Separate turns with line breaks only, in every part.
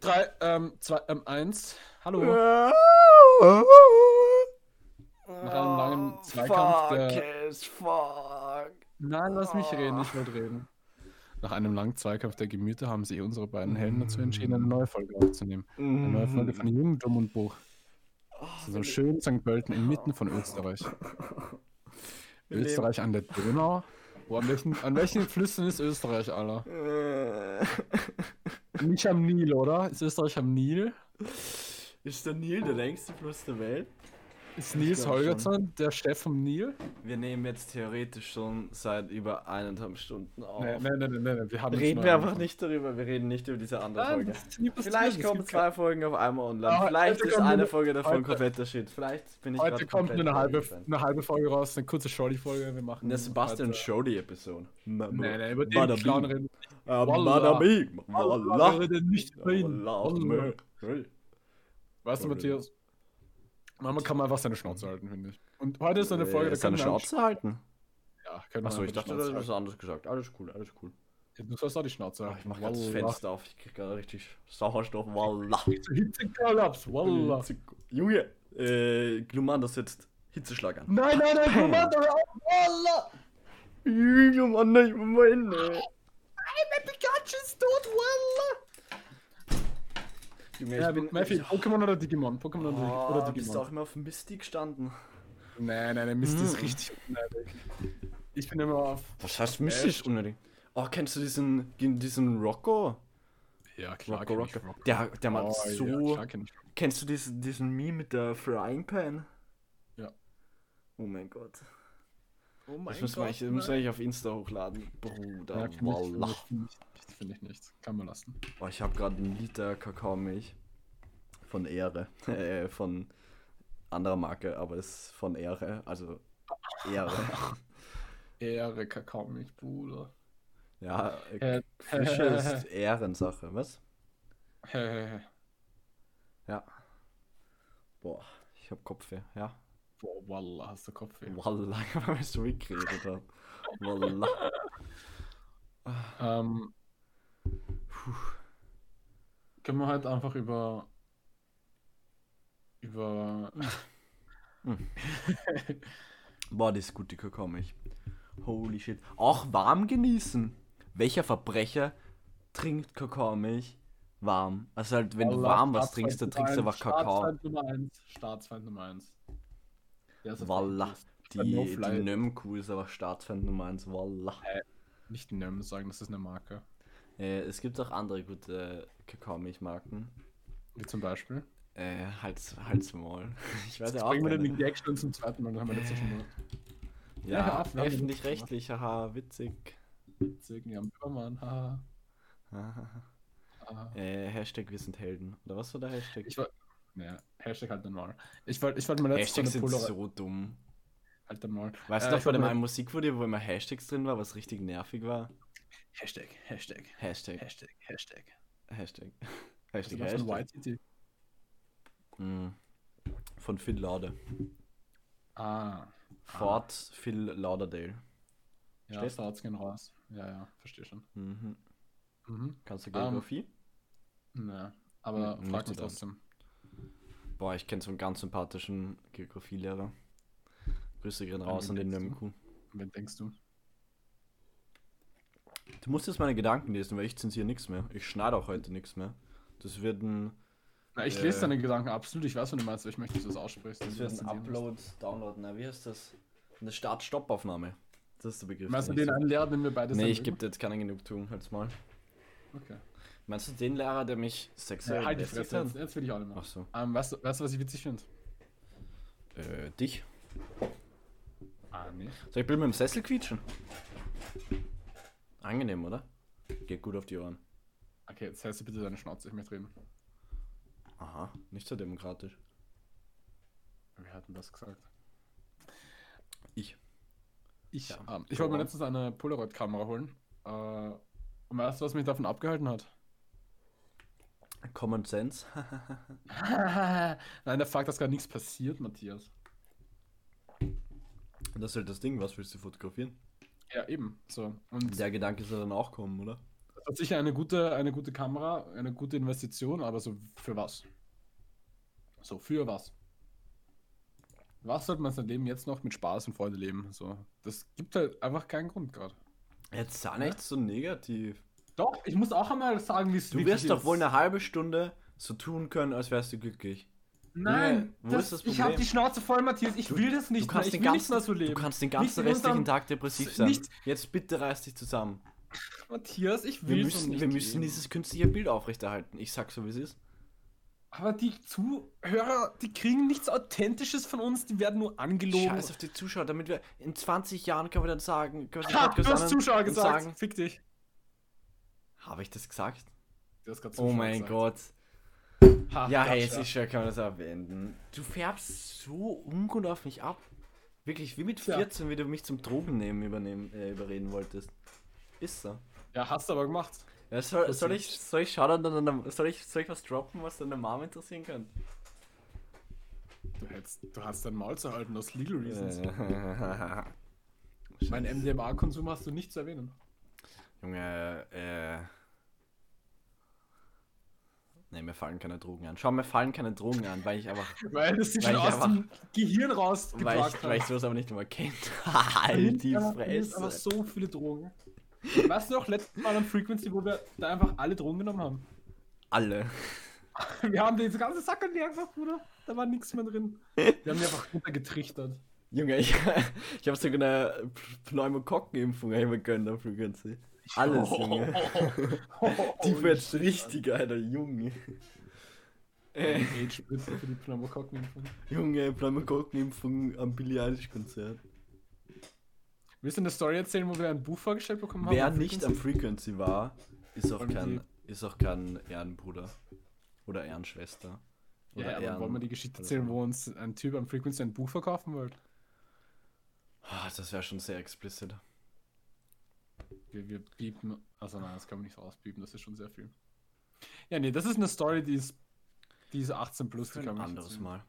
drei, ähm, zwei, ähm, eins. Hallo. Nach einem langen Zweikampf. Der...
Oh, Fuck is fuck.
Nein, lass mich
Oh.
reden, ich wollte reden. Nach einem langen Zweikampf der Gemüter haben sie unsere beiden Helden dazu entschieden, eine neue Folge aufzunehmen. Eine neue Folge von Jung, Dumm und Buch. Das
Ah,
ist so schön St. Pölten inmitten von Österreich.
Wir leben-
Österreich an der Donau? Wo, an, welchen, an welchen Flüssen ist Österreich, Alter?
Äh,
Nicht am Nil, oder? Ist Österreich am Nil?
Ist der Nil der längste Fluss der Welt?
Ist Nils
glaub schon.
Holgersson der Chef vom Nil?
Wir nehmen jetzt theoretisch schon seit über eineinhalb Stunden auf.
Nein, nein, nein, nein, nein. Wir haben
Reden
neu
wir einfach
angefangen.
nicht darüber, wir reden nicht über diese andere
Nein,
Folge.
das ist nie passiert.
Vielleicht
Es
kommen
gibt keine-
zwei Folgen auf einmal online.
Ah,
Vielleicht
heute
ist
kommt
eine
eine-
Folge davon
heute-
kompletter Shit. Vielleicht bin ich
Heute
gerade
kommt nur
komplett
eine halbe,
daneben.
eine halbe Folge raus, eine kurze Shorty-Folge. Wir machen
Eine Sebastian
heute-
Shody-Episode.
Nein, nein, über
Bada
den Clown
bing.
reden.
Ah,
Wallah.
Madamig.
Wallah,
Wallah.
wir reden nicht über ihn.
Wallah.
Wallah.
Hey.
Weißt du, Matthias? Manchmal kann man einfach seine Schnauze halten, finde ich. Und heute ist eine Folge,
Äh,
da
Seine
können wir
Schnauze halten.
Ja, können wir
Achso,
einfach
ich
die
dachte, du
Schnauze
hast
halten.
was anderes gesagt. Alles cool, alles cool.
Du sollst auch die Schnauze halten.
Ich mach grad das
Wallah.
Fenster auf. Ich krieg gerade richtig Sauerstoff. Wallah.
Hitze-Kollaps, wallah.
Hitze- Junge, äh, Gluman, das jetzt Hitzeschlag an.
Nein, nein, nein,
Bam.
Kommando, hör auf.
Wallah! Junge, Mann, ich mein, ey.
Mein Pikachu ist tot, wallah.
Junge,
Ja,
ich bin.
Mephi,
ich,
Pokémon oder Digimon? Pokémon oder, Dig-
oh,
oder
bist du auch
Digimon?
immer auf dem Misty gestanden?
Nein, nein, nein, Mist
Mhm.
ist richtig unnötig. Hm. Ich bin immer auf...
Was heißt mystisch unnötig? Oh, kennst du diesen, diesen Rocco?
Ja, klar,
Rocco,
kenn ich
Rocco.
Rock.
Der, der macht
Oh,
so.
Ja, klar kenn ich Rock.
Kennst du diesen, diesen Meme mit der Frying Pan?
Ja.
Oh mein Gott.
Oh
Das müssen wir eigentlich- das müssen wir eigentlich auf Insta hochladen. Bruder,
Ja,
ja,
finde
wallah.
ich, find ich, find ich nichts. Kann man lassen.
Oh, ich habe gerade einen Liter Kakaomilch. Von Ehre. Äh, von anderer Marke, aber es ist von Ehre. Also Ehre.
Ehre, Kakaomilch, Bruder.
ja, äh,
Äh,
Fische ist Ehrensache, was?
Hä?
Ja. Boah, ich hab Kopfweh, ja.
Boah, wallah, hast du Kopfweh.
Wallah, weil ich so weggeredet habe. Wallah.
Ähm, können wir halt einfach über über
Boah, das ist gut, die Kakaomilch. Holy shit. Auch warm genießen. Welcher Verbrecher trinkt Kakaomilch warm? Also halt, wenn du
Wallah,
warm was
Staatsfeind
trinkst, dann
Nummer
trinkst
eins,
du einfach Kakao.
Staatsfeind Nummer 1, Staatsfeind Nummer 1.
Wallah. Die,
No
die
Fly.
Nömmkuh ist aber Staatsfeind Nummer 1. Wallah.
Nicht Nöm sagen, das ist eine Marke.
Äh, es gibt auch andere gute Kakaomilchmarken.
Wie zum Beispiel.
Äh, Hals, Halsmaul. Ich weiß
Jetzt
ja auch.
bringen wir
keine.
den Gag schon zum zweiten Mal, dann haben wir letztes schon mal Ja,
Ja,
auf, wir haben den
öffentlich-rechtlich, haha, witzig.
witzig. Wir haben Übermann. haha, haha.
Äh, Hashtag wir sind Helden. Oder was war der Hashtag?
Ich wollte. Naja, Hashtag halt den Maul. Ich wollte ich wollt mir
Hashtags
letztes
sind
Mal eine Polaroid.
so dumm.
Halt den Maul.
Weißt
Äh,
du noch
ich
bei
wollt
dem
mir-
einen Musikvideo, wo immer Hashtags drin war, was richtig nervig war?
Hashtag, Hashtag,
Hashtag,
Hashtag, Hashtag.
Hashtag.
Also
Hashtag,
das ist
Hashtag.
White City.
Mhm. Von Phil Laude.
Ah,
Fort Phil Lauderdale.
ja,
Verstehst?
Starts gehen raus. Ja, ja, verstehe schon.
Mhm.
Mhm.
Kannst du
Ähm,
Geografie?
Naja, aber
Nee,
frag mich
nicht so doll.
trotzdem.
Boah, ich kenne so einen ganz sympathischen Geografielehrer. Grüße gehen
An
raus an
wen
den
denkst
Nömku.
Wen denkst du?
Du musst jetzt meine Gedanken lesen, weil ich zensiere nichts mehr. Ich schneide auch heute nichts mehr. Das wird ein,
Na, ich
Äh.
lese deine Gedanken absolut. Ich weiß, was du meinst, aber ich möchte, dass du das aussprichst.
das
dass
wird
das
ein
zensieren musst.
Upload, Download, na, wie heißt das? Eine Start-Stopp-Aufnahme. Das ist der Begriff.
Meinst du
den ich
den einen Lehrer, den wir beide
Nee,
sein
ich
mögen?
gebe dir jetzt keine Genugtuung, halt's mal.
Okay.
Meinst du den Lehrer, der mich sexuell
Ja, halt die
belästigt
Fresse,
hat?
jetzt, jetzt will ich auch nicht mehr.
Ach so.
Ähm, weißt, du, weißt du, was ich witzig finde?
Äh, dich?
Ah, nee.
Soll ich bitte mit dem Sessel quietschen? Angenehm, oder? Geht gut auf die Ohren.
Okay, jetzt hältst du bitte deine Schnauze, ich möchte reden.
Aha, nicht so demokratisch.
Wer hat denn das gesagt?
Ich.
Ich,
Ja.
ähm, ich wollte mir
Ja.
letztens eine Polaroid-Kamera holen. Äh, und weißt du, was mich davon abgehalten hat?
Common Sense?
Nein, der Fakt, dass gar nichts passiert, Matthias.
Das ist halt das Ding, was willst du fotografieren?
Ja, eben. So. Und
Der Gedanke soll dann auch kommen, oder?
war sicher eine gute, eine gute Kamera, eine gute Investition, aber so für was? So, für was? Was sollte man sein Leben jetzt noch mit Spaß und Freude leben? So, das gibt halt einfach keinen Grund gerade.
Jetzt sei nicht so negativ.
Doch, ich muss auch einmal sagen, wie es
Du
wirklich
wirst doch
ist.
wohl eine halbe Stunde so tun können, als wärst du glücklich.
Nein,
Nee, wo
das,
ist das
ich habe
Problem?
die Schnauze voll, Matthias. Ich will das nicht
du kannst,
mehr. Ich
den
will nicht
ganzen,
mehr so leben.
du kannst den
Nicht
ganzen
in
restlichen
unserem-
Tag depressiv
s-
sein.
nicht-
Jetzt bitte reiß dich zusammen.
Matthias, ich will
Wir
so
müssen,
nicht
wir müssen
leben.
dieses künstliche Bild aufrechterhalten. Ich sag so, wie es ist.
Aber die Zuhörer, die kriegen nichts Authentisches von uns. Die werden nur angelogen.
Scheiß auf die Zuschauer, damit wir in 20 Jahren können wir dann sagen, können wir den
Ha,
Podcast
du hast
anhören
Zuschauer
und
gesagt.
sagen,
Fick dich.
Habe ich das gesagt?
Du hast grad
oh
Zuschauer
mein
gesagt.
Gott.
Ha,
Ja,
gotcha.
hey, jetzt ist schon, kann man das abwenden. Du färbst so ungut auf mich ab. Wirklich, wie mit
Tja.
14, wie du mich zum Drogennehmen übernehmen, äh, überreden wolltest. Ist so.
Ja, hast du aber gemacht.
Ja, soll,
Das
soll,
ist-
ich, soll ich schauen, dann, dann, soll, ich, soll ich was droppen, was deine Mom interessieren könnte?
Du, hättest, du hast dein Maul zu halten aus Legal Reasons.
Junge,
Mein MDMA-Konsum hast du nicht zu erwähnen.
äh. Ne, mir fallen keine Drogen an. Schau, mir fallen keine Drogen an, weil ich einfach.
Weil das sich
Weil
schon
ich
aus dem Gehirn
weil,
rausgetragen
ich, weil ich sowas aber nicht immer kennt. Halt die
ist aber
Fresse.
so viele Drogen. Weißt du noch, letztes Mal am Frequency, wo wir da einfach alle Drogen genommen haben?
Alle.
Wir haben diese ganze Sacke die einfach, Bruder. Da war nichts mehr drin. Wir haben die einfach runtergetrichtert.
Junge, ich, ich habe sogar eine P- Pneumokokken-Impfung einmal gönnt auf Frequency. Alles, Junge.
Oh,
Die wird jetzt richtig, Alter, Junge. Äh,
Age-Spritze für die Pneumokokken-Impfung.
Junge, Pneumokokken-Impfung am Billie Eilish-Konzert.
Willst du eine Story erzählen, wo wir ein Buch vorgestellt bekommen haben?
Wer
Am
nicht am
Frequency?
Frequency war, ist auch
Wollen wir
kein, ist auch kein Ehrenbruder. Oder Ehrenschwester. Oder
Ja, aber wollen wir die Geschichte
oder-
erzählen, wo uns ein Typ am Frequency ein Buch verkaufen wollte?
Ah, das wäre schon sehr explicit.
Wir, wir piepen. Also nein, das kann man nicht rauspiepen, das ist schon sehr viel. Ja, nee, das ist eine Story, die ist, die ist 18 plus, die
Für ein
man nicht
anderes
erzählen.
Mal.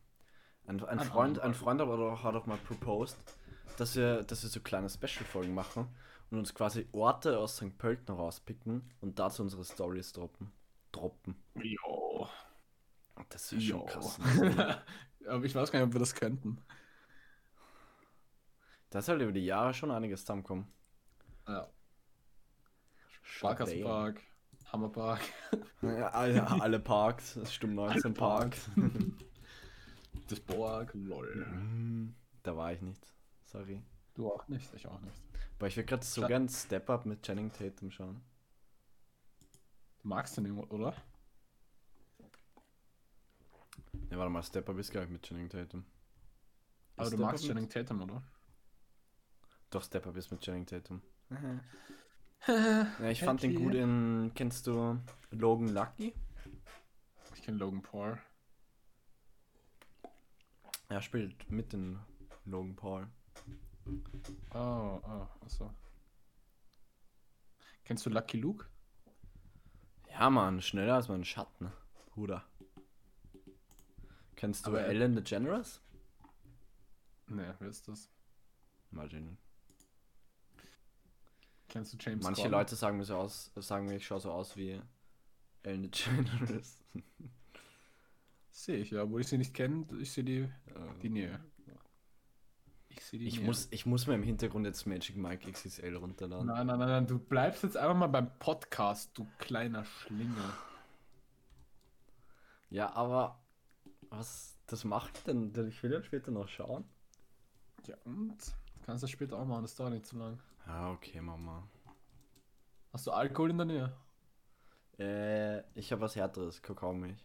Ein, ein,
Ein
Freund,
anderes
ein
Mal.
Freund aber doch- hat auch mal proposed, dass wir, dass wir so kleine Special-Folgen machen und uns quasi Orte aus St. Pölten rauspicken und dazu unsere Stories droppen. Droppen.
Jo.
Das ist schon
Jo.
krass. ne?
Aber ich weiß gar nicht, ob wir das könnten.
Da ist halt über die Jahre schon einiges zusammenkommen.
Ja.
Schon damn.
Sparkassenpark, Hammerpark.
Ja, alle, alle Parks, das stimmt 19 Parks.
Das Borg, lol.
Hm, Da war ich nicht. Sorry.
Du auch nicht, ich auch nicht.
Aber ich will gerade so
Scha-
gern Step Up mit Channing Tatum schauen.
Du magst den, oder?
Ne, warte mal, Step Up ist gar nicht mit Channing Tatum.
Aber
Ist
du
Step
magst
Up
Channing
mit-
Tatum, oder?
Doch, Step Up ist mit Channing Tatum. Ja, ich fand den
Happy.
gut in. Kennst du Logan Lucky?
Ich kenne Logan Paul.
Er spielt mit den Logan Paul.
Oh, oh, achso. Kennst du Lucky Luke?
Ja, Mann, schneller als mein Schatten. Bruder. Kennst du
Aber er-
Ellen DeGeneres?
Nee, wer ist das?
Mal sehen.
Kennst du James
Manche
Corden?
Leute sagen mir, so aus, sagen mir, ich schaue so aus wie Ellen DeGeneres.
Sehe ich, ja, obwohl ich sie nicht kenne, ich sehe die, die Nähe. Ich sehe die
Ich
Nähe.
muss, ich muss mir im Hintergrund jetzt Magic Mike XXL runterladen.
Nein, nein, nein, nein, du bleibst jetzt einfach mal beim Podcast, du kleiner Schlinge.
Ja, aber was, das mache ich denn? denn Ich will dann später noch schauen.
Ja, und? Du kannst das später auch machen, das dauert nicht zu lang.
Ah, okay, Mama.
Hast du Alkohol in der Nähe?
Äh, ich habe was härteres, Kakaomilch.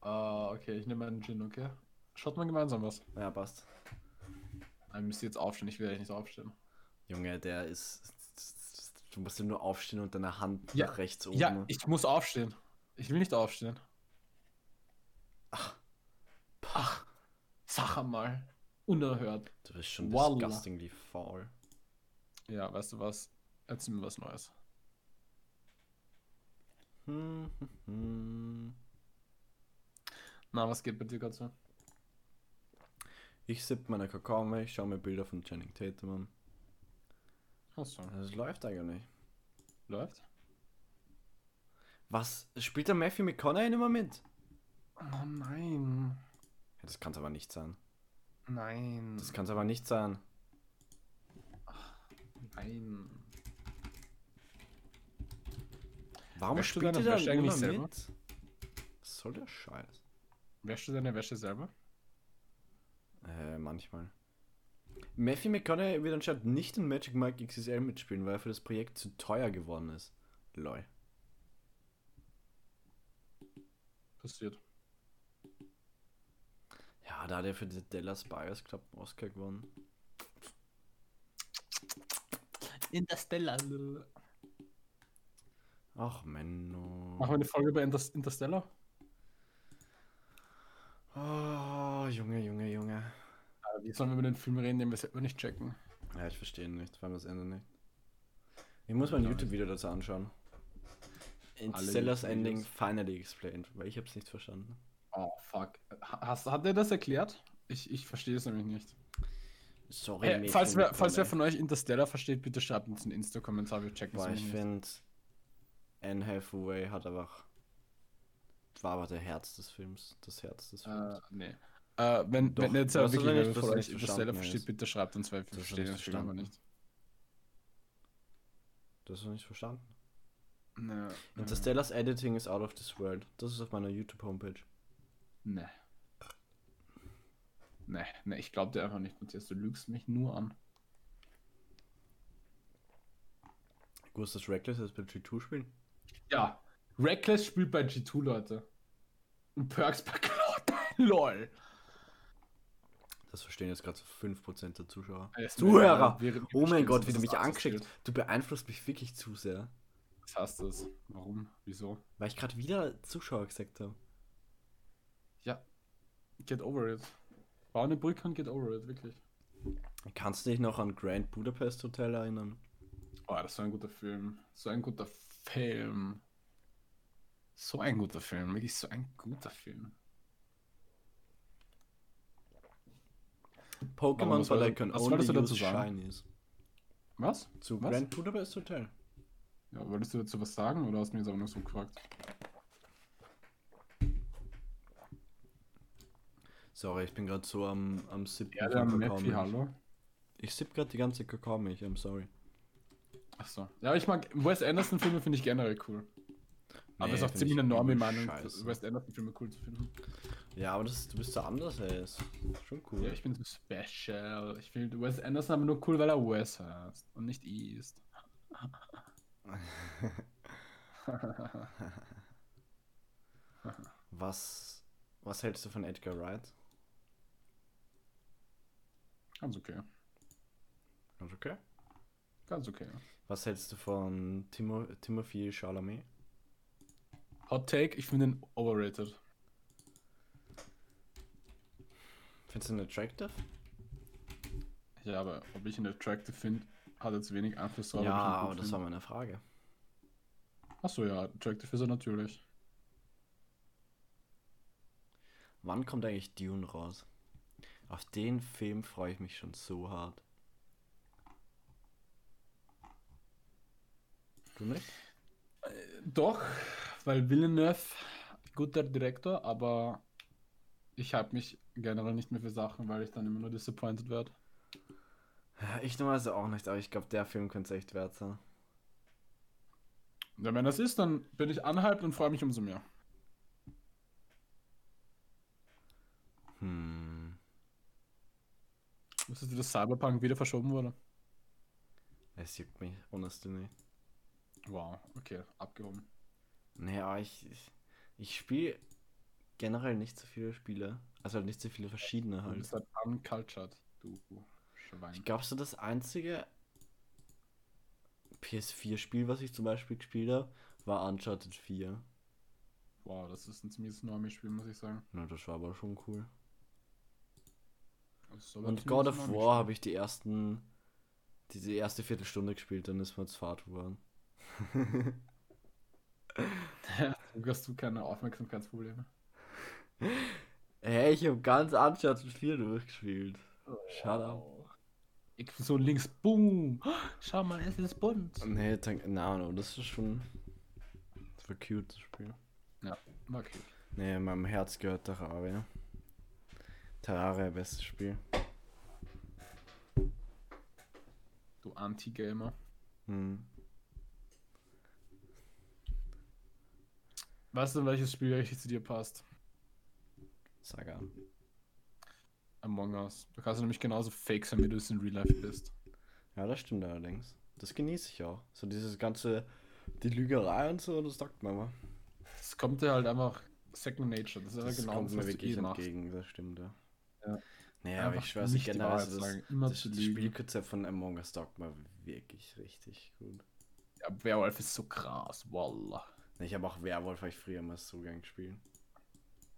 Ah, okay, ich nehme einen Gin, okay? Schaut mal gemeinsam was.
Ja, passt.
Dann müsst ihr jetzt aufstehen, ich will eigentlich nicht aufstehen.
Junge, der ist. Du musst ja nur aufstehen und deine Hand
Ja.
nach rechts oben.
Ja, ich muss aufstehen. Ich will nicht aufstehen.
Pach.
Sag einmal. Unerhört.
Du bist schon
Voila.
disgustingly faul.
Ja, weißt du was? Erzähl mir was Neues.
Hm, hm, hm.
Na, was geht bei dir gerade so?
Ich sipp meine Kakaomilch, schau mir Bilder von Channing Tatum an.
Achso,
Das läuft eigentlich.
läuft?
Was? Spielt der Matthew McConaughey nicht mehr mit?
Oh nein.
Ja, das kann's aber nicht sein.
Nein.
Das kann's aber nicht sein.
nein.
Warum
Wäschst du
spielt
deine
der
Wäsche
da
eigentlich
nicht
selber?
mehr mit? Was soll der Scheiß?
Wäschst du deine Wäsche selber?
Äh, manchmal. Matthew McConaughey wird anscheinend nicht in Magic Mike XXL mitspielen, weil er für das Projekt zu teuer geworden ist. Lol.
Passiert.
Ja, da hat er für die Dallas Buyers Club einen Oscar gewonnen.
Interstellar.
Ach, Menno.
Machen wir eine Folge über Inter Interstellar?
Oh, Junge, Junge, Junge.
Äh, Wie sollen wir über den Film reden, den wir selber nicht checken?
Ja, ich verstehe nicht, vor allem das Ende nicht. Ich muss mal ein
Nein.
YouTube-Video dazu anschauen. Interstellar's
YouTube-Videos.
Ending finally explained, weil ich hab's nicht verstanden.
Oh, fuck. Ha- Hast, hat er das erklärt? Ich, ich verstehe es nämlich nicht.
Sorry,
Hey,
Mädchen,
falls, wer,
Freunde.
falls wer von euch Interstellar versteht, bitte schreibt uns einen Insta-Kommentar, wir checken es
ne? Boah, ich
nämlich nicht.
finde, Anne Hathaway hat einfach. war aber der Herz des Films. Das Herz des Films.
Äh, nee. Äh, wenn,
Doch,
wenn jetzt
weißt
äh,
du
wirklich
denn
jemand
nicht, dass
von
du
euch
nicht
Interstellar
verstanden
versteht,
hast?
bitte schreibt uns, weil wir
Du hast
verstehen
nicht
das Film aber
verstanden.
nicht.
Das hast du nicht verstanden.
Nee. äh,
Interstellar's Editing is out of this world. Das ist auf meiner YouTube-Homepage.
Nee. Nee, nee, ne. ich glaube dir einfach nicht, Matthias. Du lügst mich nur an.
Gustas Reckless jetzt bei G2 spielen.
Ja, Reckless spielt bei G2, Leute. Und Perks bei Cloud. LOL.
Das verstehen jetzt gerade so 5% der Zuschauer.
Äh, ist mir
Zuhörer!
egal, wir- wir
oh mein
verstehen's,
Gott, wie
dass
du
es
mich
alles
angeschickt
gilt.
Du beeinflusst mich wirklich zu sehr.
Was heißt das? Warum? Wieso?
Weil ich gerade wieder Zuschauer gesagt habe.
Ja. Get over it. Bau eine Brücke und get over it, wirklich.
Kannst du dich noch an Grand Budapest Hotel erinnern?
Oh, das war ein guter Film. So ein guter Film. So ein guter Film, wirklich so ein guter Film. Warum,
Pokémon
was war
Ballet
das-
can
was wolltest du
only
dazu
use
sagen?
Shinies.
Was?
Zu
Was?
Grand Budapest Hotel.
Ja, wolltest du dazu was sagen oder hast du mir jetzt auch nur so gefragt?
Sorry, ich bin gerade so am, am sippen
Ja, der
von
Mephi,
Kakaomilch.
hallo.
Ich sipp gerade die ganze Kakaomilch, I'm sorry.
Achso. Ja, ich mag Wes Anderson-Filme finde ich generell cool. Aber
Nee,
es ist auch
find
ziemlich
ich
eine Norme,
übel
Meinung,
scheiße.
Wes Anderson-Filme cool zu finden.
Ja, aber das, du bist so anders, ey. Ist schon cool.
Ja, ich bin so special. Ich finde Wes Anderson aber nur cool, weil er Wes heißt und nicht E ist.
was, was hältst du von Edgar Wright?
Ganz okay.
Ganz okay.
Ganz okay.
Was hältst du von Timo, Timothy Chalamet?
Hot Take, ich finde ihn overrated.
Findest du ihn attractive?
Ja, aber ob ich ihn attractive finde, hat jetzt wenig Einfluss
Ja,
darauf. ob
aber
ich ihn gut
das war
find.
meine Frage.
Achso, ja, attractive ist er natürlich.
Wann kommt eigentlich Dune raus? Auf den Film freue ich mich schon so hart. Du nicht?
Doch, weil Villeneuve, guter Direktor, aber ich halte mich generell nicht mehr für Sachen, weil ich dann immer nur disappointed werde.
Ja, Ich normalerweise auch nicht, aber ich glaube, der Film könnte es echt wert sein.
Ja, wenn das ist, dann bin ich anhyped und freue mich umso mehr.
Hm.
Wusstest du, dass Cyberpunk wieder verschoben wurde?
Es juckt mich, honest nicht.
Wow, okay, abgehoben.
Nee, aber ich, ich, ich spiele generell nicht so viele Spiele. Also nicht so viele verschiedene
Du
halt.
bist halt uncultured, du Schwein.
Ich glaube, so das einzige PS4-Spiel, was ich zum Beispiel gespielt habe, war Uncharted 4.
Wow, das ist ein ziemliches Normie-Spiel, muss ich sagen.
Na, das war aber schon cool.
Das ist aber ein
Und
ziemliches
God of
Normie-Spiel.
War habe ich die ersten, diese erste Viertelstunde gespielt, dann ist mir zu fad geworden.
Du hast du keine Aufmerksamkeitsprobleme.
Hey, ich habe ganz Uncharted 4 durchgespielt. Shut up.
Ich bin so links, boom. Schau mal, es ist bunt.
Nee, danke, na, no, das ist schon, Das war cute, das Spiel.
Ja, war cute.
Nee, meinem Herz gehört Terraria. Terraria, bestes Spiel.
Du Anti-Gamer.
Hm.
Weißt du, welches Spiel richtig zu dir passt?
Sag an.
Among Us. Du kannst nämlich genauso fake sein, wie du es in Real Life bist.
Ja, das stimmt allerdings. Das genieße ich auch. So dieses ganze, die Lügerei und so, das sagt man mal.
Es kommt dir halt einfach Second Nature. Das ist
Das
ja genau
kommt
das,
mir
was du
wirklich
eh machst.
entgegen, das stimmt, ja.
Ja.
Naja, aber
Einfach
ich schwör's, ich
nicht die
generell,
Wahrheit
also das,
sagen, immer
das,
zu
das
lügen.
Spielkürze von Among Us taugt mir wirklich richtig gut.
Ja, Werwolf ist so krass, wallah.
Ich habe auch Werwolf, hab ich früher mal so gern gespielt.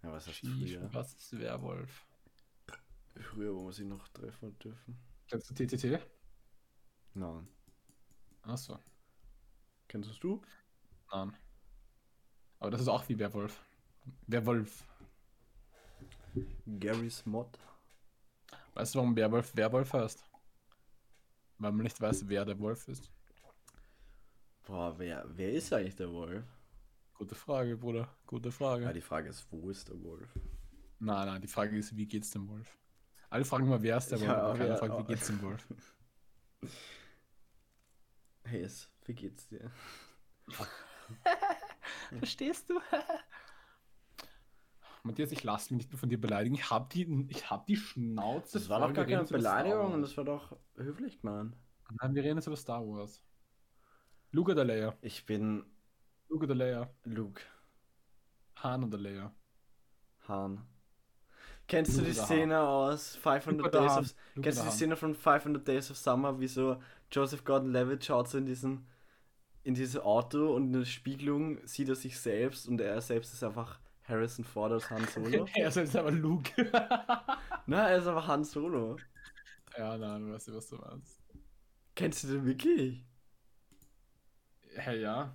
Ja, was heißt
Schief,
früher?
was ist Werwolf?
Früher, wo wir sie noch treffen hat dürfen.
Kennst du TTT?
Nein.
Achso,
Kennst du?
nein. Aber das ist auch wie Werwolf. Werwolf.
Gary's Mod?
Weißt du, warum Werwolf Werwolf heißt? Weil man nicht weiß, wer der Wolf ist.
Boah, wer, wer ist eigentlich der Wolf?
Gute Frage, Bruder. Gute
Ja,
Frage.
die Frage ist, wo ist der Wolf?
Nein, nein, die Frage ist, wie geht's dem Wolf? Alle fragen mal, wer ist der
Ja,
Wolf? aber keiner
wer-
fragt, wie
oh.
geht's dem Wolf?
Hey, es, wie geht's dir?
Verstehst du? Matthias, ich lasse mich nicht mehr von dir beleidigen. Ich hab die, ich hab die Schnauze.
Das war doch
voll,
gar
wir
keine
reden jetzt über Star
Beleidigung und
Wars.
das war doch höflich, Mann.
Nein, wir reden jetzt über Star Wars. Luke oder Leia?
Ich bin
Luke oder Leia?
Luke
Han oder Leia?
Hahn. Kennst du
Luke
die
oder Hahn?
Szene aus 500
Luke oder
Days
Hahn?
of...
Luke
Kennst
oder
du genau. die
Hahn?
Szene von 500 Days of Summer, wie so Joseph Gordon-Levitt schaut so in diesen... in dieses Auto und in der Spiegelung sieht er sich selbst und er selbst ist einfach Harrison Ford als Han Solo.
er ist jetzt aber Luke.
Na, er ist einfach Han Solo.
ja, nein, weißt du, was du meinst.
Kennst du den wirklich?
Hey, ja.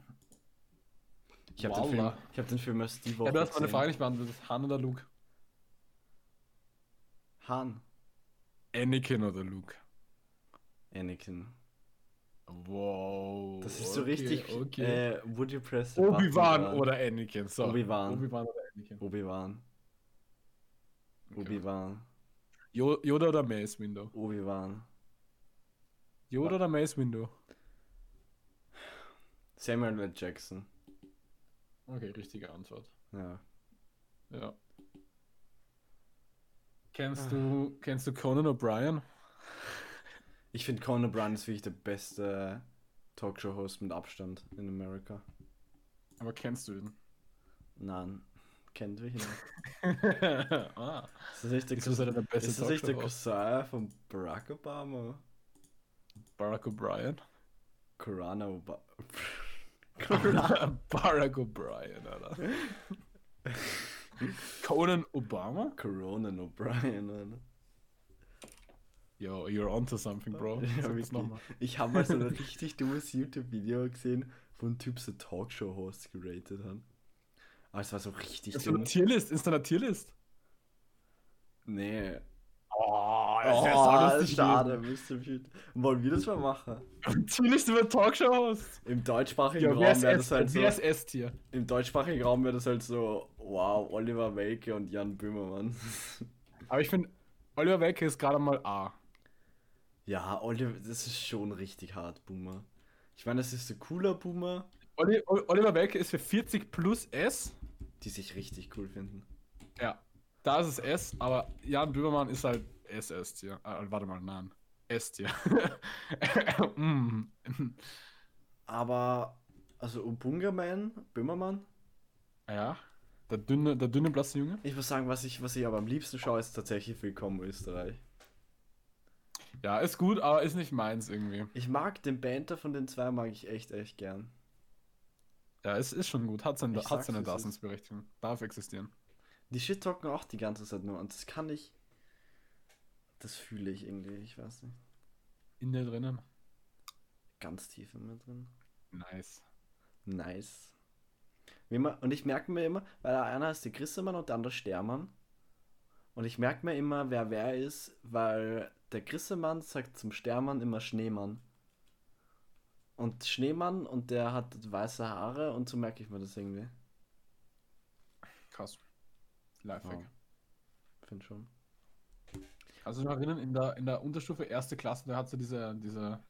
Ich habe den, Film-
Voila.
ich hab den Film als Steve
ja. Du hast meine
gesehen.
Frage nicht beantwortet. Han oder Luke?
Han.
Anakin oder Luke?
Anakin.
Wow.
Das ist so richtig. Äh, would you press the
Obi-Wan
button?
oder Anakin. So.
Obi-Wan.
Obi-Wan oder Anakin.
Obi-Wan. Obi-Wan.
Jo- Yoda oder Mace Window?
Obi-Wan.
Yoda
Ja.
oder Mace Window?
Samuel L. Jackson.
Okay, richtige Antwort.
Ja.
Ja. Kennst
Ah.
du, kennst du Conan O'Brien?
Ich finde Conan O'Brien ist wirklich der beste Talkshow-Host mit Abstand in Amerika.
Aber kennst du ihn?
Nein. Kennt wir hier. nicht.
ah.
Ist das nicht der,
Ist das einer der
Cous-
besten
ist das nicht der
Talkshow-Hosts?
Cousin von Barack Obama?
Barack O'Brien?
Corona Obama.
Barack O'Brien, Alter. Conan Obama?
Corona O'Brien, Alter.
Yo, you're onto something, bro.
Ja,
Sag das
wirklich.
nochmal.
Ich habe mal so ein richtig dummes YouTube-Video gesehen, wo ein Typ so Talkshow-Host geratet hat. Aber es war so richtig
Ist da
dumm.
eine Tierlist? Ist da eine Tierlist?
Nee.
Oh,
Oh, schade, müsste viel. Wollen wir das mal machen?
Tierlist über Talkshow-Host.
Im deutschsprachigen
Ja, wer
Raum
ist
wäre das
S-
halt so.
wer ist S-Tier?
Im deutschsprachigen Raum wäre das halt so, wow, Oliver Welke und Jan Böhmermann.
Aber ich finde, Oliver Welke ist gerade mal A.
ja, Oliver, das ist schon richtig hart, Boomer. Ich meine, das ist so cooler Boomer,
Oli Ol- Oliver Welke ist für 40 plus S.
die sich richtig cool finden.
Ja, da ist es S, aber Jan Böhmermann ist halt SS-Tier. Äh, warte mal, nein. S-Tier. mm.
Aber, also Ubungaman, Böhmermann,
Ja, der dünne, der dünne blasse Junge.
Ich muss sagen, was ich, was ich aber am liebsten schaue, ist tatsächlich Willkommen Österreich.
Ja, ist gut, aber ist nicht meins irgendwie.
Ich mag den Banter von den zwei, mag ich echt, echt gern.
Ja, es ist schon gut. Hat, sein,
Ich
hat
sag's,
seine
es ist-
Daseinsberechtigung. Darf existieren.
Die Shit talken auch die ganze Zeit nur und das kann ich. Das fühle ich irgendwie, ich weiß nicht.
In dir drinnen.
Ganz tief in mir drin.
Nice.
Nice. Wie immer, und ich merke mir immer, weil der eine ist der Christemann und der andere Stermann. Und ich merke mir immer, wer wer ist, weil der Christemann sagt zum Stermann immer Schneemann. und Schneemann und der hat weiße Haare und so merke ich mir das irgendwie.
Krass. Lifehack.
Finde schon.
Also noch erinnern, in der, in der Unterstufe erste Klasse, da hat es ja diese, diese,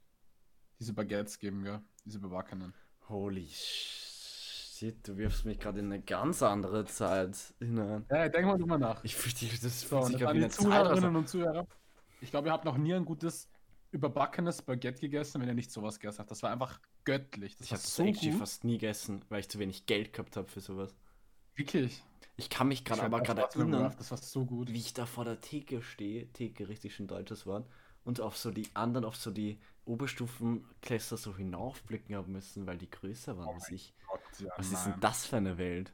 diese Baguettes gegeben, ja. Diese bebackenen.
Holy shit, du wirfst mich gerade in eine ganz andere Zeit hinein.
Ja, denk mal drüber nach.
Ich fühle dich, das
So,
fühlt
und
sich
das
gerade
an
wie
die
eine Zeit.
Zuhörerinnen
Also,
und Zuhörer. Ich glaube, ihr habt noch nie ein gutes überbackenes Baguette gegessen, wenn ihr nicht sowas gegessen habt. Das war einfach göttlich. Das
ich
war
habe das
so
eigentlich
gut.
fast nie gegessen, weil ich zu wenig Geld gehabt habe für sowas.
Wirklich.
Ich kann mich gerade
Ich
aber
hab
gerade
auch Spaß mit dem
erinnern,
Ralf, Das war so gut.
wie ich da vor der Theke stehe, Theke richtig schön deutsches Wort, und auf so die anderen, auf so die Oberstufenklässler so hinaufblicken haben müssen, weil die größer waren als ich.
Oh Gott, ja,
Was ist
nein.
denn das für eine Welt?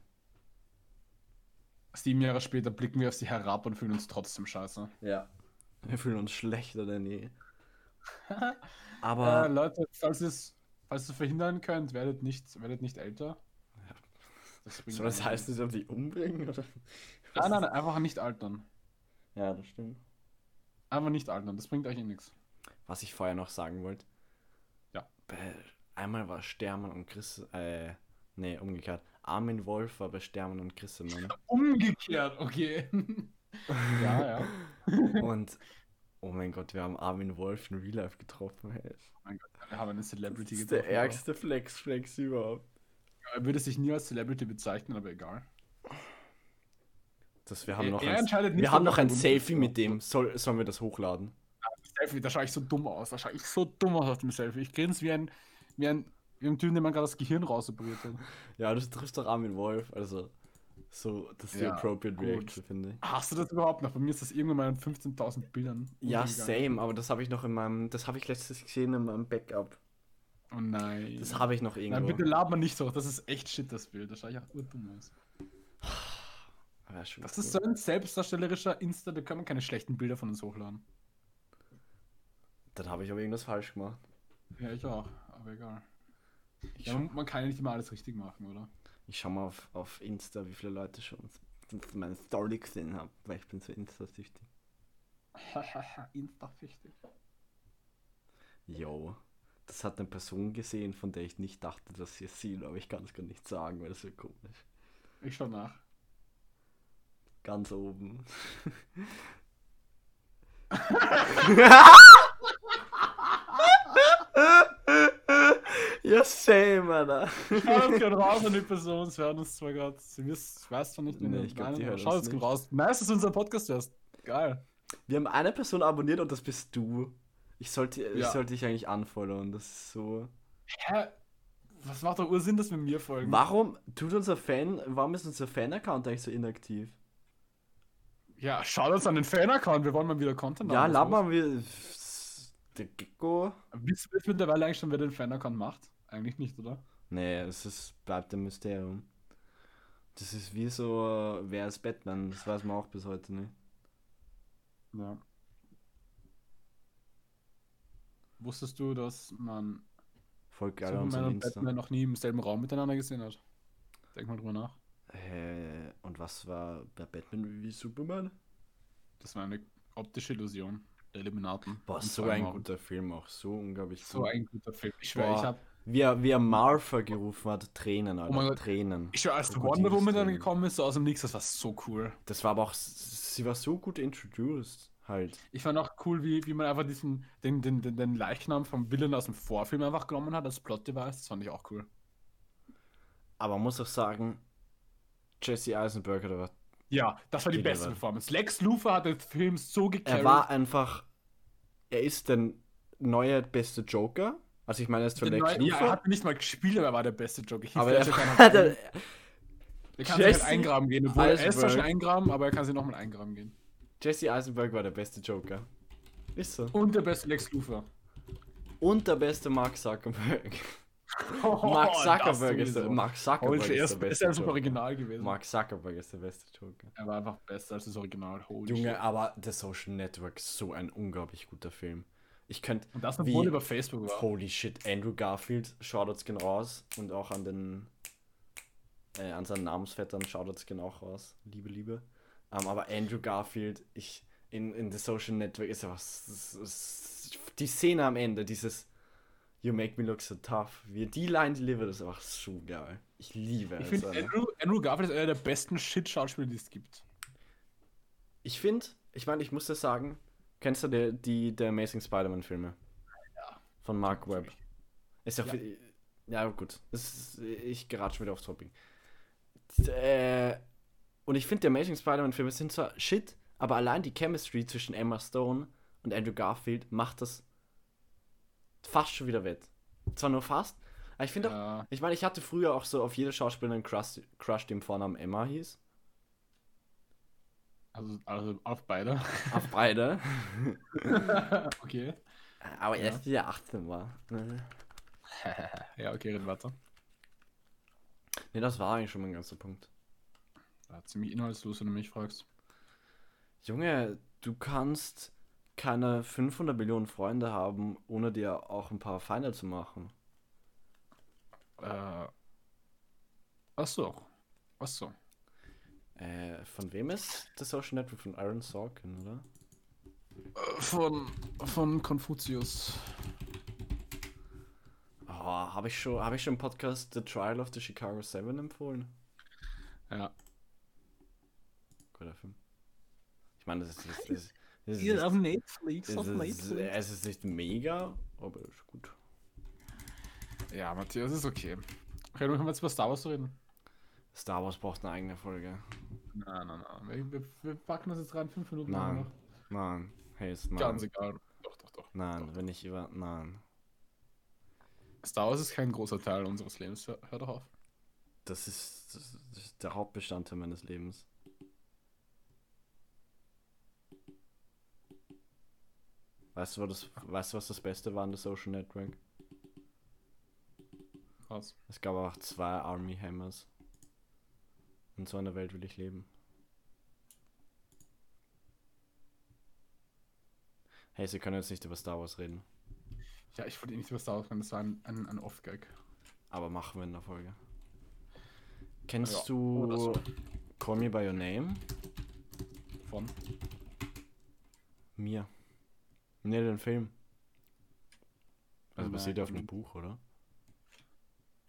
Sieben Jahre später blicken wir auf sie herab und fühlen uns trotzdem scheiße.
Ja. Wir fühlen uns schlechter denn je.
Äh,
Aber
Leute, falls ihr es falls ihr es verhindern könnt, werdet nicht, werdet nicht älter. Das bringt
soll das
nichts.
heißen, sie sollen dich umbringen? Oder?
Nein, nein, nein, einfach nicht altern.
Ja, das stimmt.
Einfach nicht altern, das bringt euch eh nichts.
Was ich vorher noch sagen wollte.
Ja.
Bei, einmal war Stermann und Chris. Äh, nee, umgekehrt. Armin Wolf war bei Stermann und Christemann.
Umgekehrt, okay. ja, ja.
und. Oh mein Gott, wir haben Armin Wolf in Real Life getroffen. Ey.
Mein Gott, wir haben eine
Das
Celebrity
ist der
getroffen,
ärgste Flex-Flex überhaupt.
aber Er würde sich nie als Celebrity bezeichnen, aber egal.
Das, wir haben
Er-
noch
er
ein,
entscheidet nicht,
wir haben
ob er
noch ein
verwundet
Selfie
ist,
mit dem. Soll, sollen wir das hochladen?
Selfie, da schaue ich so dumm aus. Da schaue ich so dumm aus auf dem Selfie. Ich grinse wie ein, wie ein, wie ein Typ, dem man gerade das Gehirn rausoperiert hat.
Ja, du triffst doch Armin Wolf. Also, so, das ist die
Ja,
appropriate
gut.
Reaction, finde ich.
Hast du das überhaupt noch? Bei mir ist das irgendwann mal in 15.000 Bildern.
Ja,
untergegangen.
same, aber das habe ich noch in meinem. Das habe ich letztes gesehen in meinem Backup.
Oh nein.
Das habe ich noch
Nein, bitte
irgendwo.
lad mal nicht so. Das ist echt shit, das Bild. Da schaue ich auch urdumm aus.
Aber Ah, schon
Das ist
cool.
so ein selbstdarstellerischer Insta, da können wir keine schlechten Bilder von uns hochladen.
Dann habe ich aber irgendwas falsch gemacht.
Ja, ich auch, aber egal.
Ich,
Ja,
scha
man, man kann ja nicht immer alles richtig machen, oder?
ich schau mal auf, auf Insta, wie viele Leute schon meine Story gesehen haben, weil ich bin so Insta-süchtig.
Insta-fichtig.
Yo. Das hat eine Person gesehen, von der ich nicht dachte, dass sie es sieht, aber ich kann es gar nicht sagen, weil das wird komisch.
Ich schau nach.
Ganz oben. ja, same, Alter.
Schau das gerade raus an die Person, es hören uns zwar gerade. Sie wisst, weiß zwar nicht, wenn
Nee,
ihr-
ich glaub, die
aber
hören
Schau
uns
das gerade
nicht.
raus. Nice, dass du unser Podcast hörst. Geil.
Wir haben eine Person abonniert und das bist du. Ich sollte, ich
Ja.
sollte dich eigentlich anfollowen. Das ist so.
Hä? Was macht doch Ursinn, dass wir mir folgen?
Warum tut unser Fan, warum ist unser Fan-Account eigentlich so inaktiv?
Ja, schau das an den Fan-Account, wir wollen mal wieder Content
ja,
haben.
lad mal wir. Der Gecko.
Wisst ihr mittlerweile eigentlich schon, wer den Fan-Account macht? Eigentlich nicht, oder?
Nee, es ist, bleibt ein Mysterium. Das ist wie so, äh, wer ist Batman? Das weiß man auch bis heute nicht.
Ja. Wusstest du, dass man
Voll geil an
Superman
unserem
und
Insta.
Batman noch nie im selben Raum miteinander gesehen hat? Denk mal drüber nach.
Äh, und was war bei Batman wie Superman?
Das war eine optische Illusion der Illuminaten.
Boah,
Und
so
vor
ein
allem auch
guter Film auch. So unglaublich
So
gut.
ein guter Film. Ich schwöre,
Boah.
ich habe.
Wie er, wie er Martha gerufen hat, Tränen, Alter,
Oh mein Gott.
Tränen.
Ich schwöre, als
Oh,
Wonder
dieses
Woman dann
Ding.
gekommen ist, so aus dem Nix, das war so cool.
Das war aber auch, s- sie war so gut introduced, halt.
Ich fand auch cool, wie, wie man einfach diesen, den, den, den, den Leichnam vom Villain aus dem Vorfilm einfach genommen hat als Plot-Device. Das fand ich auch cool.
Aber man muss auch sagen, Jesse Eisenberg oder was?
Ja, das war die
Jeder
beste
war-
Performance. Lex Luthor hat den Film so gecarried.
Er war einfach, er ist der neue beste Joker. Also ich meine, er ist von
Der
Lex
neue- ja, er
Luthor,
hat nicht mal gespielt, aber er war der beste Joker. Ich hieß,
aber
der
er
ist ja keiner-
hat er,
Der kann sich halt
Jesse
eingraben gehen. Obwohl, er ist zwar
Eisenberg.
schon eingraben, aber er kann sich nochmal eingraben gehen.
Jesse Eisenberg war der beste Joker. Ist so.
Und der beste Lex Luthor.
Und der beste Mark Zuckerberg.
Oh,
Mark Zuckerberg ist der, Mark Zuckerberg
Holz
ist
ist,
der
ist
beste
er super
Joker.
original gewesen.
Mark Zuckerberg ist der beste Joker.
Er war einfach besser als das Original. Holy
Junge,
shit.
aber The Social Network ist so ein unglaublich guter Film. Ich könnte.
Und das obwohl er über Facebook war.
Holy shit, Andrew Garfield, Shoutouts gehen raus und auch an den äh, an seinen Namensvettern Shoutouts gehen auch raus. Liebe, Liebe. Ähm, aber Andrew Garfield, ich in, in The Social Network ist einfach s- s- s- die Szene am Ende, dieses You make me look so tough. Wie die Line delivered ist einfach so geil. Ich liebe
Ich
es.
finde,
Alter.
Andrew, Andrew Garfield ist einer der besten Shit-Schauspieler, die es gibt.
ich finde, ich meine, ich muss das sagen, kennst du die, die der Amazing Spider-Man-Filme?
Ja.
Von Mark Webb. Ist ja,
Ja.
viel- ja gut. Es Ist, ich gerate schon wieder aufs Topping. Äh, und ich finde, die Amazing Spider-Man-Filme sind zwar shit, aber allein die Chemistry zwischen Emma Stone und Andrew Garfield macht das fast schon wieder wett. Zwar nur fast, aber ich finde auch,
Ja,
ich meine, ich hatte früher auch so auf jede Schauspielerin einen Crush, Crush, die im Vornamen Emma hieß.
also, also auf beide.
Auf beide.
okay.
Aber erst, wie er 18 war. Ne,
Ja, okay, red weiter.
Nee, das war eigentlich schon mein ganzer Punkt.
War ziemlich inhaltslos, wenn du mich fragst.
Junge, du kannst keine 500 Millionen Freunde haben, ohne dir auch ein paar Feinde zu machen.
Äh, ach so. Ach so.
Äh, von wem ist das Social Network? Von Aaron Sorkin, oder?
Äh, Von, von Konfuzius.
Oh, habe ich schon, habe ich schon im Podcast The Trial of the Chicago 7 empfohlen?
Ja.
Guter Film. Ich meine, das ist, das ist, das ist,
Ist äh, auf
nicht,
Netflix,
es ist, es ist nicht mega, aber ist gut.
Ja, Matthias, ist okay. Okay, dann können wir jetzt über Star Wars reden.
Star Wars braucht eine eigene Folge.
Nein, nein, nein. Wir, wir, wir packen das jetzt rein, fünf Minuten
Nein.
noch.
Nein. Hey, ist nein.
Ganz egal. Doch, doch, doch.
Nein, wenn ich über. Nein.
Star Wars ist kein großer Teil unseres Lebens. Hör, hör doch auf.
Das ist, das ist der Hauptbestandteil meines Lebens. Weißt du, was das, weißt du, was das Beste war an der Social Network?
Was?
Es gab auch zwei Army Hammers. In so einer Welt will ich leben. Hey, sie können jetzt nicht über Star Wars reden.
Ja, ich wollte eh nicht über Star Wars reden. Das war ein, ein, ein Off-Gag.
Aber machen wir in der Folge. Kennst
Ja, Oh, oder
du
so.
Call Me By Your Name?
Von?
Also Mir. Ne, den Film. Also
Nein,
basiert ja auf
kenn
einem Buch, oder?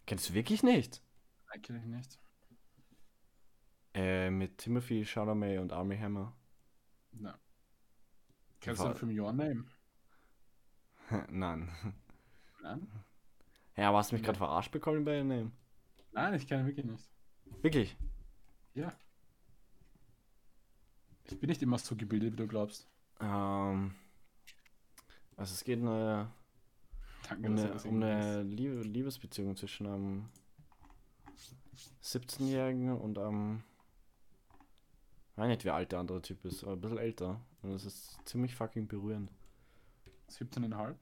Kennst du wirklich nicht?
Nein, kenne ich nicht.
Äh, mit Timothy Chalamet und Army Hammer.
Nein. Kennst du den
Wa-
Film Your Name?
Nein.
Nein?
Ja, aber hast du mich gerade verarscht bekommen bei dem Namen?
Nein, ich kenne wirklich nicht.
Wirklich?
Ja. Ich bin nicht immer so gebildet, wie du glaubst.
Ähm. Also es geht eine,
Danke,
um
dass du
eine,
das
um
irgendwie
eine Liebe, Liebesbeziehung zwischen einem 17-Jährigen und einem. Ich weiß nicht, wie alt der andere Typ ist, aber ein bisschen älter. Und es ist ziemlich fucking berührend.
sagst. 17,5?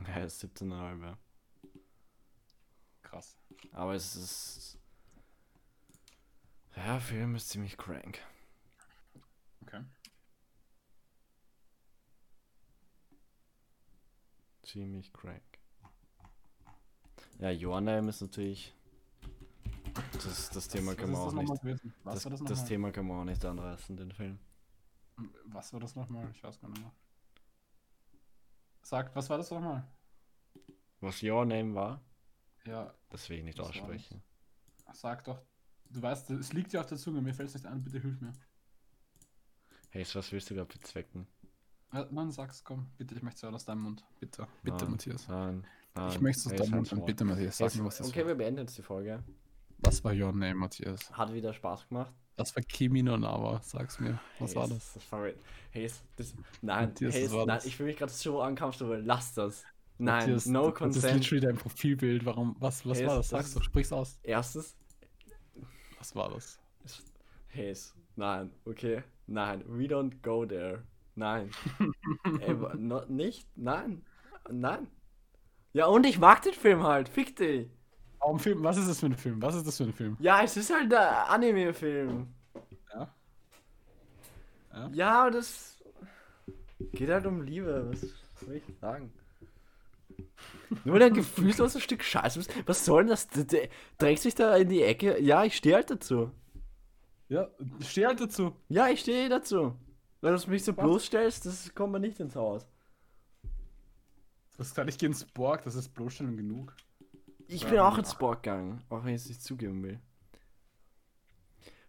Ja, er ist 17,5, ja.
Krass.
Aber es ist. Ja, der Film ist ziemlich crank.
Okay.
Ziemlich crank. Ja, Your Name ist natürlich. Das, das Thema
was,
kann man
was
auch
ist das nochmal
nicht.
gewesen? Was
Das,
war das
das,
nochmal?
Thema kann man auch nicht anreißen, den Film.
Was war das nochmal? Ich weiß gar nicht mehr. Sagt, was war das nochmal?
Was Your Name war,
Ja,
das will ich nicht
Das war
aussprechen.
sag doch. Du weißt, es liegt dir auf der Zunge, mir fällt es nicht ein, bitte hilf mir.
Hey, was willst du gerade bezwecken?
Ja, Nein, sag's, komm, bitte, ich möchte es hören aus deinem Mund. Bitte, bitte,
Nein,
Matthias.
Nein, nein.
Ich möchte es aus
Hey,
deinem
halt
Mund hören.
vor.
Bitte, Matthias, sag
Hey,
mir, was das
Okay,
war.
wir beenden jetzt die Folge.
Was war Your Name, Matthias?
Hat wieder Spaß gemacht.
Das war Kimi no Nawa, sag's mir. Was
Hey,
war
ist-
das?
Das war weird. Hey, ist, das, nein,
Matthias,
hey,
was
ist,
war
nein,
das?
ich fühle mich gerade so uncomfortable. Lass das. Nein,
Matthias,
no
Das ist
consent.
literally dein Profilbild. Warum, was, was
Hey,
war das?
es- das
Sag's
ist-
doch, sprich's aus.
Erstes.
Was war das?
ist- Hey, ist, nein, okay. Nein, we don't go there. Nein. Ey, wa- no, nicht? Nein. Nein. Ja, und ich mag den Film halt. Fick dich.
Warum Film? Was ist das für ein Film? Was ist das für ein Film?
Ja, es ist halt ein Anime-Film.
Ja. Ja.
Ja, das geht halt um Liebe. Was soll ich sagen? Nur der gefühllose Stück Scheiße. Was- Was soll denn das? Der- der Drängt sich da in die Ecke. Ja, ich stehe halt dazu.
Ja, steh halt dazu.
Ja, ich stehe dazu. Wenn du mich so bloßstellst, das kommt man nicht ins Haus.
Das kann ich gehen ins Borg, das ist bloß schon genug.
Ich
Ja,
bin auch
ja.
ins Sport gegangen, auch wenn ich es nicht zugeben will.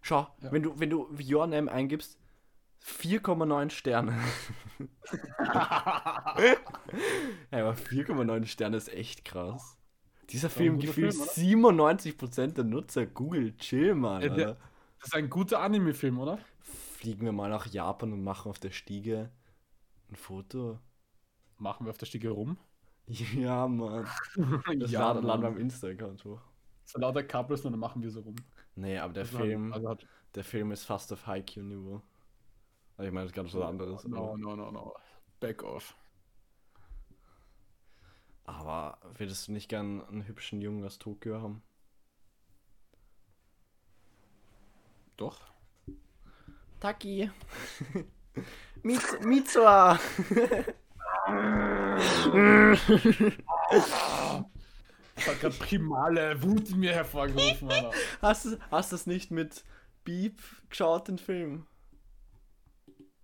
Schau,
Ja.
wenn du, wenn du Your Name eingibst, 4,9 Sterne. ja, aber 4,9 Sterne ist echt krass. Dieser
war ein
Film
guter
gefühlt
Film, oder?
97% der Nutzer Google, chill mal.
Ja, der-
Alter.
Das ist ein guter Anime-Film, oder?
Fliegen wir mal nach Japan und machen auf der Stiege ein Foto.
Machen wir auf der Stiege rum.
Ja, Mann. Das
Ja,
laden, laden wir
Mann.
am Insta-Account hoch.
So lauter Couples und dann machen wir so rum.
Nee, aber der
Also hat-
Film.
Also hat,
Der Film ist fast auf Haiku-Niveau. Also ich meine, das ist ganz was anderes.
No,
aber-
no, no, no. Back off.
Aber würdest du nicht gern einen hübschen Jungen aus Tokio haben?
Doch.
Taki! Mitsuha!
Das hat gerade primale Wut in mir hervorgerufen, Alter.
Hast du hast das nicht mit Beep geschaut, den Film?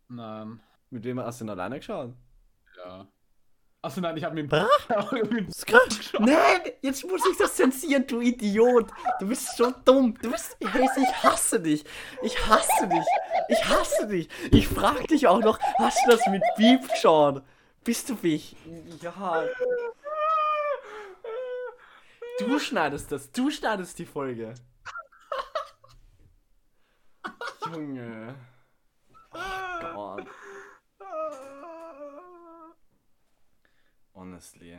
Nein.
Mit wem hast du ihn alleine geschaut?
Ja. Achso, nein, ich habe mir
Nein! Jetzt muss ich das zensieren, du Idiot! Du bist so dumm! Du bist. Hayes, ich hasse dich! Ich hasse dich! Ich hasse dich! Ich frag dich auch noch, hast du das mit Beep geschaut? Bist du mich? Ja. Du schneidest das, du schneidest die Folge. Junge. Oh Gott. Honestly.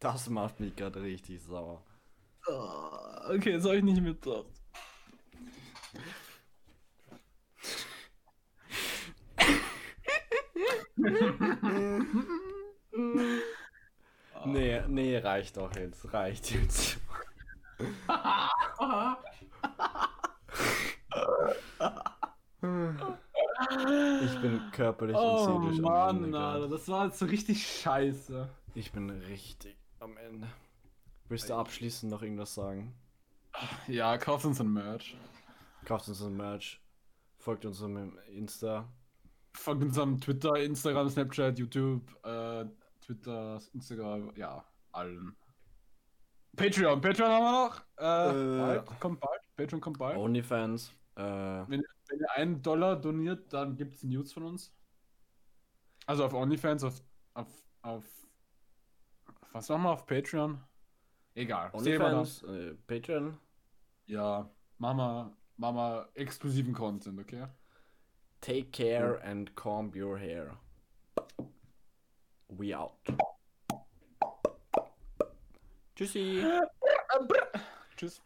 Das macht mich gerade richtig sauer.
Okay, jetzt habe ich nicht mitgedacht.
Nee, nee, reicht doch jetzt. Reicht jetzt. ich bin körperlich
Oh
und seelisch am
Mann,
Ende.
Alter,
gerade.
das war jetzt so richtig scheiße.
Ich bin richtig am Ende. Willst du abschließend noch irgendwas sagen?
Ja, kauft uns ein Merch.
Kauft uns ein Merch. Folgt uns im Insta.
Folgt uns am Twitter, Instagram, Snapchat, YouTube, äh, Twitter, Instagram, ja, allen. Patreon, Patreon haben wir noch. Äh,
Äh. Oh.
Bald, kommt bald, Patreon kommt bald.
Onlyfans. Äh,
Wenn ihr einen Dollar doniert, dann gibt es News von uns. Also auf OnlyFans, auf, auf, auf was machen wir auf Patreon? Egal. sehen wir
Onlyfans. Äh, Patreon.
dann. Ja, machen wir, machen wir exklusiven Content, okay?
Take care and comb your hair. We out. Tschüssi.
Tschüss.